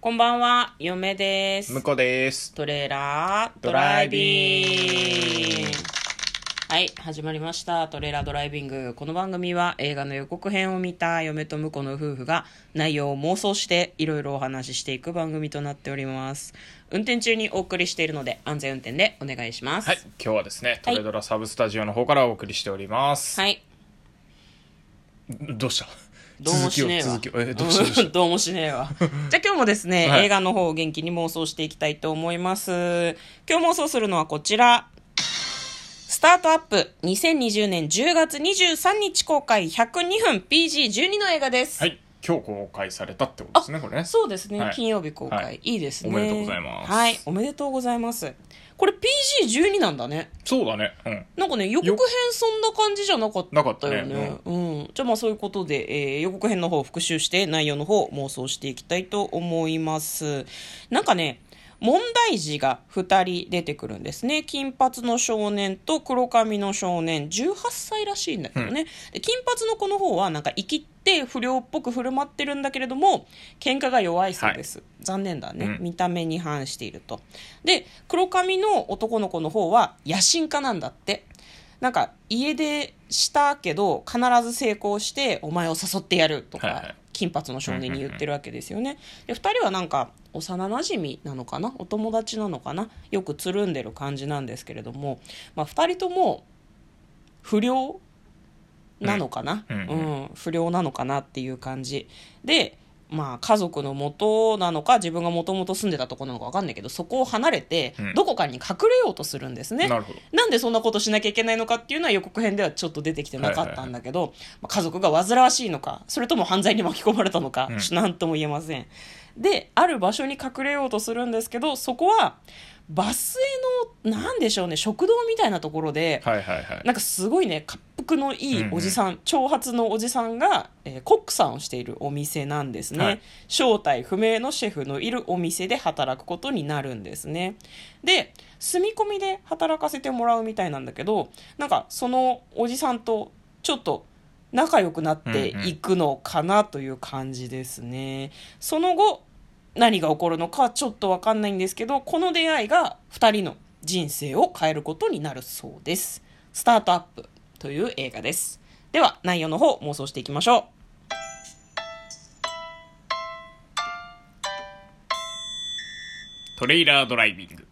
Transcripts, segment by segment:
こんばんは、嫁です。向こうです。トレーラードドラライイビンビンググ。はい、始まりました。トレーラードライビング。この番組は映画の予告編を見た嫁と婿の夫婦が内容を妄想していろいろお話ししていく番組となっております。運転中にお送りしているので安全運転でお願いします。はい、今日はですね、トレドラサブスタジオの方からお送りしております。はい。どうしたどうもしねえわ。続きを、続きを、え、どうしたど うしたうんどうもしねえ わ。じゃあ今日もですね、はい映画の方を元気に妄想していきたいと思います。今日妄想するのはこちら。スタートアップ2020年10月23日公開102分 PG12 の映画です。はい、今日公開されたってことですね、これね。そうですね、はい金曜日公開、はいい、いですね。おめでとうございますはい、おめでとうございます。これ PG12 なんだね。そうだね。うん。なんかね、予告編そんな感じじゃなかったよね。なかったねうん。じゃあまあそういうことで、えー予告編の方を復習して内容の方を妄想していきたいと思います。なんかね、問題児が2人出てくるんですね。金髪の少年と黒髪の少年、18歳らしいんだけどね。で金髪の子の方はなんか生きって不良っぽく振る舞ってるんだけれども、喧嘩が弱いそうです。残念だね、うん見た目に反しているとで黒髪の男の子の方は野心家なんだってなんか家出したけど必ず成功してお前を誘ってやるとか、はいはい金髪の少年に言ってるわけですよねで2人はなんか幼なじみなのかなお友達なのかなよくつるんでる感じなんですけれども、まあ、2人とも不良なのかな、うんうんうん、不良なのかなっていう感じで、まあ、家族の元なのか自分がもともと住んでたとこなのか分かんないけどそこを離れてうんどこかに隠れようとするんですね。なるほど。なんでそんなことしなきゃいけないのかっていうのは予告編ではちょっと出てきてなかったんだけど、まあ家族が煩わしいのかそれとも犯罪に巻き込まれたのか、うんちょっと何とも言えませんである場所に隠れようとするんですけどそこはバスへのなんでしょうね食堂みたいなところで、はいはいはい。なんかすごいね恰幅のいいおじさん、う長髪のおじさんが、えーコックさんをしているお店なんですね、はい正体不明のシェフのいるお店で働くことになるんですねで住み込みで働かせてもらうみたいなんだけどなんかそのおじさんとちょっと仲良くなっていくのかなという感じですね、その後何が起こるのかはちょっと分かんないんですけどこの出会いが2人の人生を変えることになるそうですスタートアップという映画ですでは内容の方妄想していきましょうトレイラードライビング。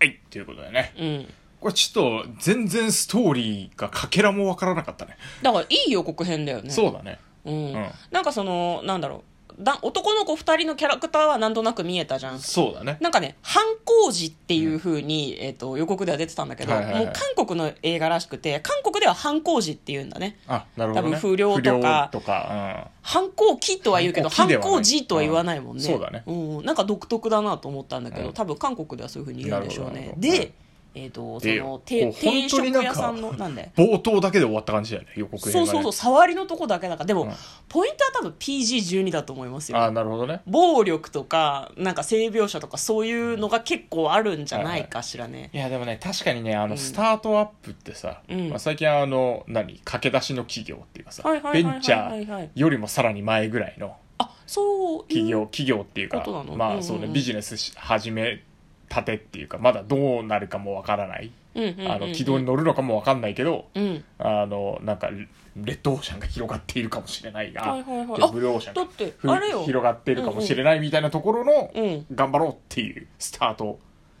はい、ということでね。うんこれちょっと、全然ストーリーがかけらもわからなかったね。だからいい予告編だよねそうだね。うん、うんなんかそのなんだろうだ男の子2人のキャラクターはなんとなく見えたじゃんそうだね。なんかね犯行時っていう風に、えっと予告では出てたんだけど、はいはいはいもう韓国の映画らしくて韓国では犯行時っていうんだねあ、なるほど、ね。多分不良とか不良とか、反抗期とは言うけど反反抗抗期ではない時とは言わないもんね、うんそうだねんなんか独特だなと思ったんだけど、うん多分韓国ではそういうふうに言うんでしょうねなるほどなるほどで、えっとそでのてもう定本当食になんか屋さんのなんでうん。冒頭だけで終わった感じだよね、予告編が、そうね。そうそう触りのとこだけだからでも、うんポイントは多分 PG12 だと思いますよあ、なるほどね。暴力とかなんか性描写とかそういうのが結構あるんじゃないかしらね、いやでもね確かにねあの、んスタートアップってさ、うんまあ、最近あの何駆け出しの企業っていうかさはいはベいはいはいはいンチャーよりもさらに前ぐらいのあそう企う業、ん企業っていうかことなのまあ、うんうんうんそうねビジネスし始めたてっていうかまだどうなるかもわからない、うんうんうんうんあの軌道に乗るのかもわかんないけど、うんあのなんかレッドオーシャンが広がっているかもしれないが、はいはいはいでブルーオーシャンだがってふあれよ広がっているかもしれないみたいなところの、うん頑張ろうっていうスタート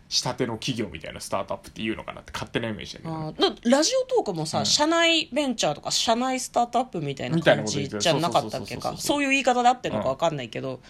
したての企業みたいなスタートアップっていうのかなって勝手なイメージだけどね、あーだラジオトークもさ、うん社内ベンチャーとか社内スタートアップみたいなみたいな感こと言じってたじゃなかったっけそかうそうそうそうそういう言い方であってんのか分かんないけど、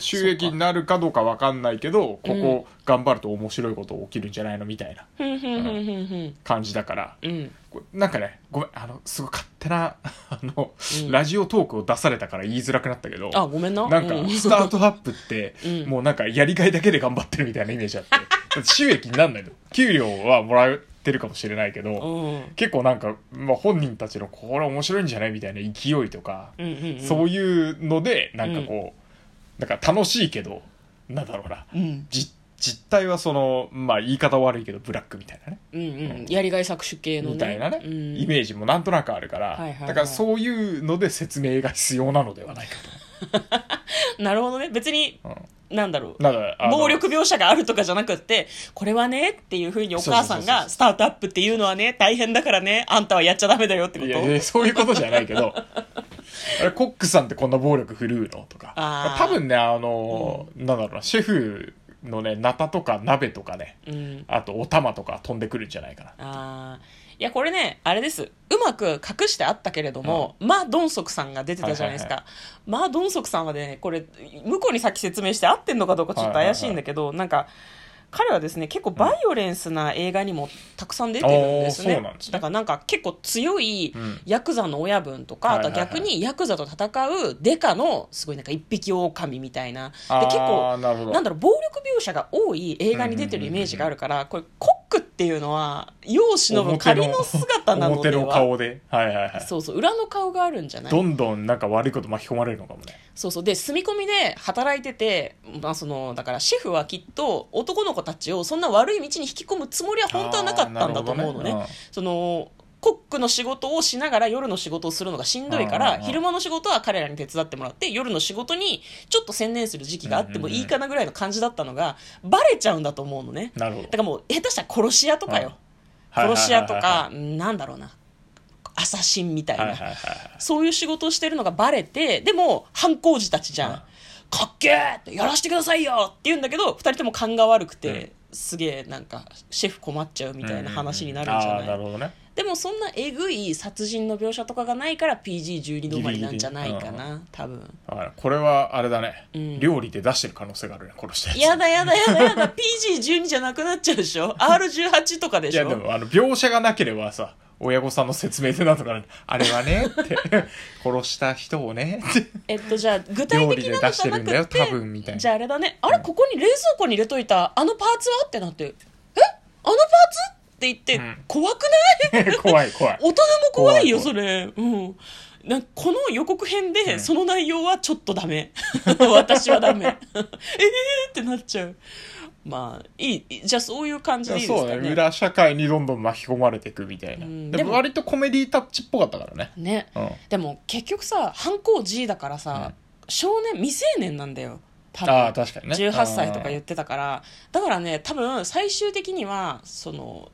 収益になるかどうかわかんないけどここ頑張ると面白いこと起きるんじゃないのみたいなふんふんふんふんふん感じだからうんこれなんかねごめんあのすごい勝手な あの、うんラジオトークを出されたから言いづらくなったけどあごめんななんかうんスタートアップって、うんもうなんかやりがいだけで頑張ってるみたいなイメージあってだって 収益になんないの給料はもらってるかもしれないけど、うん結構なんか、まあ、本人たちのこれ面白いんじゃないみたいな勢いとか、うんうんうんそういうのでなんかこう、なんか楽しいけどなんだろうなうんじ実態はそのまあ言い方悪いけどブラックみたいなねうんうんやりがい搾取系のねみたいなね、うんイメージもなんとなくあるから、はいはいはいだからそういうので説明が必要なのではないかなるほどね別にうんなんだろうなんかあの暴力描写があるとかじゃなくってこれはねっていうふうにお母さんそうそうそうそがスタートアップっていうのはね大変だからねあんたはやっちゃダメだよってこいとやいやそういうことじゃない けどあれコックさんってこんな暴力振るうのとかあー多分ねあの、なんだろうなシェフのねナタとか鍋とかねうんあとお玉とか飛んでくるんじゃないかなあーいやこれねあれですうまく隠してあったけれども、まあドンソクさんが出てたじゃないですか、はまあドンソクさんはねこれ向こうにさっき説明して合ってんのかどうかちょっと怪しいんだけど、なんか彼はですね結構バイオレンスな映画にもたくさん出てるんですね,、うんあーそうなんですねだからなんか結構強いうんヤクザの親分とか、はいあはいとははい逆にヤクザと戦うデカのすごいなんか一匹狼みたいなであー結構なるほどなんだろう暴力描写が多い映画に出てるイメージがあるからこれコックっていうのは世を忍ぶ仮の姿なので表のは顔ではいはいはいそうそう裏の顔があるんじゃないどんどんなんか悪いこと巻き込まれるのかもねそうそうで住み込みで働いてて、まあ、そのだからシェフはきっと男の子たちをそんな悪い道に引き込むつもりは本当はなかったんだと思うのねあーなるほどねうんそのコックの仕事をしながら夜の仕事をするのがしんどいかうんらうんうん昼間の仕事は彼らに手伝ってもらって夜の仕事にちょっと専念する時期があってもいいかなぐらいの感じだったのがバレちゃうんだと思うのねなるほどだからもう下手したら殺し屋とかよはい殺し屋とはかなんだろうなアサシンみたいいはいはいなはいはいそういう仕事をしてるのがバレて、でも、反抗児たちじゃん。うんかっけーってやらしてくださいよって言うんだけど、二人とも勘が悪くて、すげえなんか、シェフ困っちゃうみたいな話になるんじゃうんうんうんあーなないるほどねでもそんなえぐい殺人の描写とかがないから PG12 止まりなんじゃないかギリギな、多分。だからこれはあれだね、うん料理で出してる可能性があるね殺したやつやだやだやだやだ、PG12 じゃなくなっちゃうでしょ ?R18 とかでいしやでょもあの描写がなければさ親御さんの説明でなんとかなるあれはねって 殺した人をねってえっと、じゃあ、具体料的理でな出のしじてゃなるんくだよて多、分みたいじなゃああれだね、あれ、ここに冷蔵庫に入れといた、あのパーツはってなって、えあのパーツって言って、うん怖くない 怖い怖い大人も怖いよ、怖それ。うん。なんかこの予告編うで、んその内容はちょっとダメ。 私はダメ。え ーってなっちゃう。まあ、いい。じゃあそういう感じでいいですそうかねね。裏社会にどんどん巻き込まれていくみたいな、うんででもも割とコメディタッチっぽかったからね、ね。うん、でも結局さ、反抗 G だからさ、少年、未成年なんだよ。多分ああ確かにね18歳とか言っってたからだからね多分最終的にはその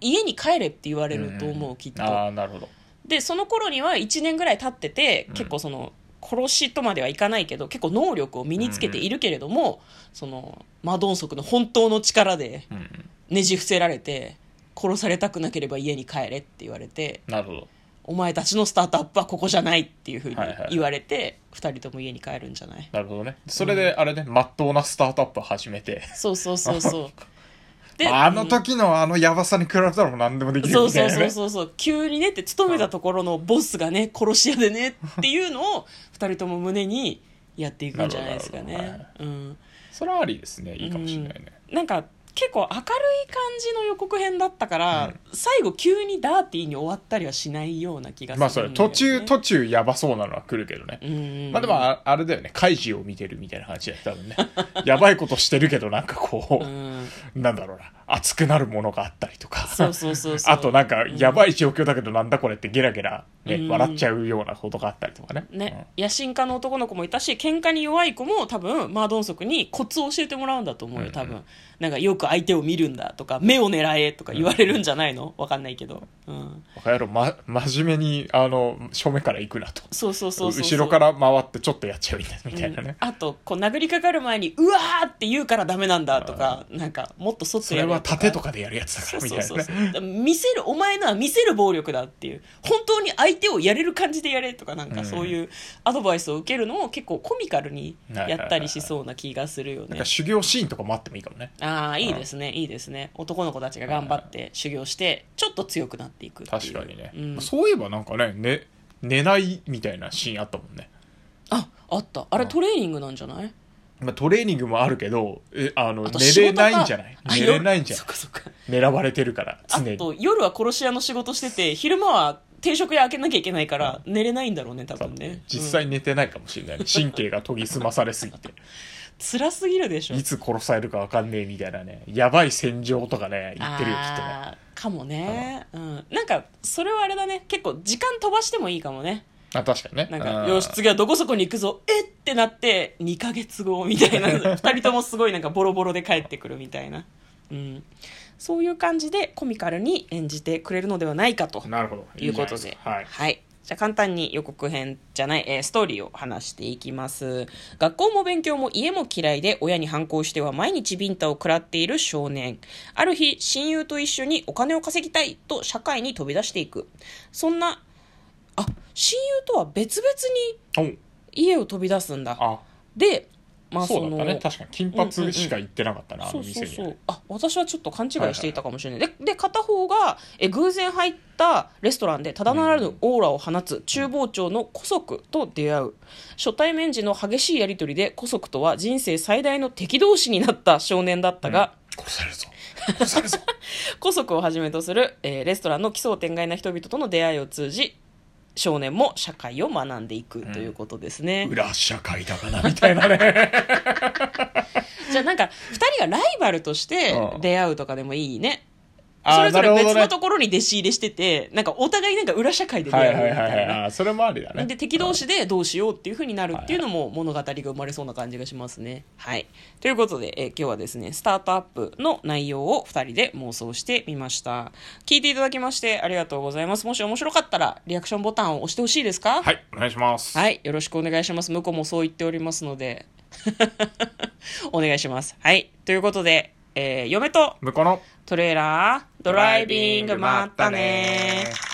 家に帰れって言われると思う、きっとああなるほどでその頃には1年ぐらい経ってて、うん結構その殺しとまではいかないけど結構能力を身につけているけれども、そのマドンソクの本当の力でうんうんねじ伏せられて殺されたくなければ家に帰れって言われてなるほどお前たちのスタートアップはここじゃないっていうふうにはいはいはい言われて、二2人とも家に帰るんじゃないなるほどねそれであれねまっとうなスタートアップを始めてそうそうそうそう あの時のあのヤバさに比べたらもう何でもできるそうみたいそうな、ね、そうそうそう急にねって勤めたところのボスがね殺し屋でねっていうのを二人とも胸にやっていくんじゃないですかなるほどねなる。うん、それはありですねいいかもしれないね、なんか結構明るい感じの予告編だったから、うん最後急にダーティーに終わったりはしないような気がするんだよね、まあそれ途中途中やばそうなのは来るけどね、うんまあでもああれだよね怪獣を見てるみたいな話だよ多 分ねやばいことしてるけどなんかこうう、んなんだろうな熱くなるものがあったりとかそうそうそうそう あとなんかやばい状況だけどなんだこれってゲラゲラ、ねうん笑っちゃうようなことがあったりとかねね、野心家の男の子もいたし喧嘩に弱い子も多分マードンソクにコツを教えてもらうんだと思うよ多分、なんかよく相手を見るんだとか目を狙えとか言われるんじゃないのわかんないけど、うん、バカ野郎、ま、真面目にあの正面から行くなとそうそうそうそう後ろからら回ってちょっとやっちゃうみたいなみたいなね、あとこう殴りかかる前に「うわ!」って言うからダメなんだとかなんかもっと外それやれは盾とかかでやるやつだそかうらみそうたいそなうねそう見せるお前のは見せる暴力だっていう本当に相手をやれる感じでやれとかなんかそういうアドバイスを受けるのを結構コミカルにやったりしそうな気がするよねなんか修行シーンとかもあってもいいかもねああいいですね、いいですね男の子たちが頑張って修行してちょっと強くなっていくっていう確かにね、うんそういえばなんかねね寝ないみたいなシーンあったもんね、ああったあれトレーニングなんじゃないまあ、トレーニングもあるけどえあのあと寝れないんじゃない仕事があ寝れないんじゃなそいっかそっか狙われてるからあ常にと夜は殺し屋の仕事してて昼間は定食屋開けなきゃいけないから寝れないんだろうね多多分分ねね実際寝てないかもしれない、神経が研ぎ澄まされすぎ て辛すぎるでしょいつ殺されるか分かんねえみたいなねやばい戦場とかね言ってるよきっとねあーかもね、うん、なんかそれはあれだね結構時間飛ばしてもいいかもねあ、確かにね。なんうか、んよし、次はどこそこに行くぞ、えってなって、2ヶ月後、みたいな。二 人ともすごいなんかボロボロで帰ってくるみたいな。うん。そういう感じでコミカルに演じてくれるのではないかとなるほど。いうことじで。ゃないですかじゃあ簡単に予告編じゃない、えーストーリーを話していきます。学校も勉強も家も嫌いで親に反抗しては毎日ビンタを食らっている少年。ある日、親友と一緒にお金を稼ぎたいと社会に飛び出していく。そんな、あ、親友とは別々にはい。家を飛び出すんだ。おあ、で、まあそそうの、だったね。確かに。金髪しか行ってなかったな、あそのうそ店うに。そうあ私はちょっと勘違いしていたかもしれない,、でで片方がえ偶然入ったレストランでただならぬオーラを放つ厨房長の古速と出会う初対面時の激しいやり取りで古速とは人生最大の敵同士になった少年だったが、殺されるぞ。殺されるぞ。古速をはじめとする、えーレストランの奇想天外な人々との出会いを通じ少年も社会を学んでいくということですね、裏社会だかな、みたいなね。じゃあなんか2人がライバルとしてうん出会うとかでもいいねあーそれぞれなるほ別どねのところに弟子入れしててなんかお互いなんか裏社会で出は会いうみはいはたいいはいな。あ。それもありだね。で敵同士でどうしようっていうふうになるっていうのも物語が生まれそうな感じがしますね。はい、ということで、えー今日はですねスタートアップの内容を2人で妄想してみました聞いていただきましてありがとうございますもし面白かったらリアクションボタンを押してほしいですかはい、お願いします。はい、よろしくお願いします。向こうもそう言っておりますので。 お願いします。はい、ということで、えー嫁と向こうのトレーラー、ドドライビング、まったねー